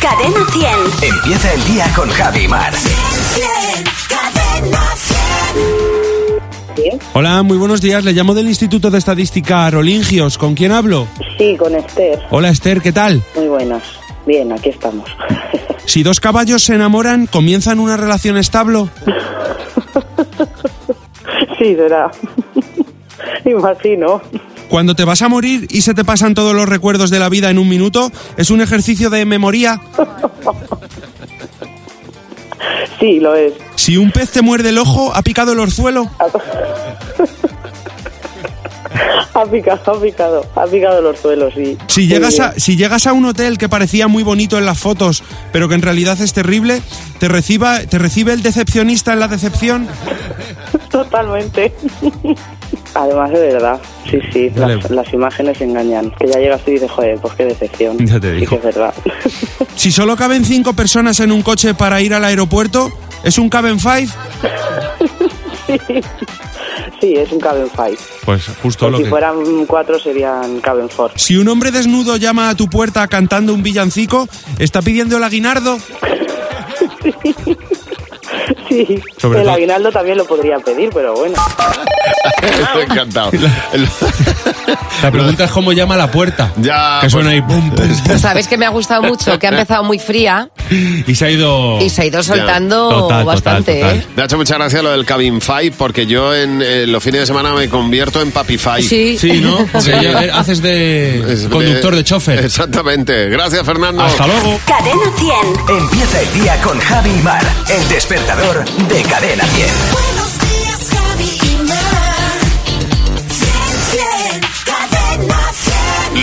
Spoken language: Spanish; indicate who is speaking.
Speaker 1: Cadena 100.
Speaker 2: Empieza el día con Javi Mar.
Speaker 1: Cadena 100.
Speaker 3: Hola, muy buenos días. Le llamo del Instituto de Estadística Rolingios. ¿Con quién hablo?
Speaker 4: Sí, con Esther.
Speaker 3: Hola Esther, ¿qué tal?
Speaker 4: Muy buenas. Bien, aquí estamos.
Speaker 3: Si dos caballos se enamoran, ¿comienzan una relación establo?
Speaker 4: sí, será. Imagino.
Speaker 3: Cuando te vas a morir y se te pasan todos los recuerdos de la vida en un minuto, ¿es un ejercicio de memoria?
Speaker 4: Sí, lo es.
Speaker 3: Si un pez te muerde el ojo, ¿ha picado el orzuelo?
Speaker 4: Ha picado, ha picado. Ha picado los suelos, sí.
Speaker 3: Si llegas, a, si llegas a un hotel que parecía muy bonito en las fotos, pero que en realidad es terrible, ¿te, reciba, te recibe el decepcionista en la decepción?
Speaker 4: Totalmente. Además, de verdad, sí, sí,
Speaker 3: Dale.
Speaker 4: las, las imágenes engañan. Que ya llegas tú y dices, joder, pues qué decepción.
Speaker 3: Ya te
Speaker 4: Sí
Speaker 3: digo.
Speaker 4: que es verdad.
Speaker 3: Si solo caben cinco personas en un coche para ir al aeropuerto, ¿es un caben five?
Speaker 4: sí, es un cabin fight.
Speaker 3: Pues justo
Speaker 4: si fueran cuatro serían cabin four.
Speaker 3: Si un hombre desnudo llama a tu puerta cantando un villancico, ¿está pidiendo el aguinardo?
Speaker 4: Sí,
Speaker 3: Sobre
Speaker 4: el
Speaker 3: todo-
Speaker 4: aguinaldo también lo podría pedir, pero bueno.
Speaker 5: Estoy encantado.
Speaker 3: La pregunta es cómo llama a la puerta.
Speaker 5: Ya,
Speaker 3: Que suena ahí pum, pum, pum,
Speaker 6: Sabes que me ha gustado mucho, que ha empezado muy fría
Speaker 3: y se ha ido...
Speaker 6: y se ha ido soltando
Speaker 3: Total, total,
Speaker 6: bastante.
Speaker 3: total.
Speaker 6: ¿eh?
Speaker 5: Me ha hecho mucha gracia lo del cabin five porque yo en eh, los fines de semana me convierto en papi five.
Speaker 6: Sí.
Speaker 3: Sí, ¿no? O sea, ya eh, haces
Speaker 5: Es-
Speaker 3: de conductor
Speaker 5: eh,
Speaker 3: de chofer.
Speaker 5: Exactamente. Gracias, Fernando.
Speaker 3: Hasta luego.
Speaker 1: Cadena 100.
Speaker 2: Empieza el día con Javi Mar. El despertador de Cadena 10.
Speaker 1: Buenos días, Javi y Mar. 100, 100. Cadena 100.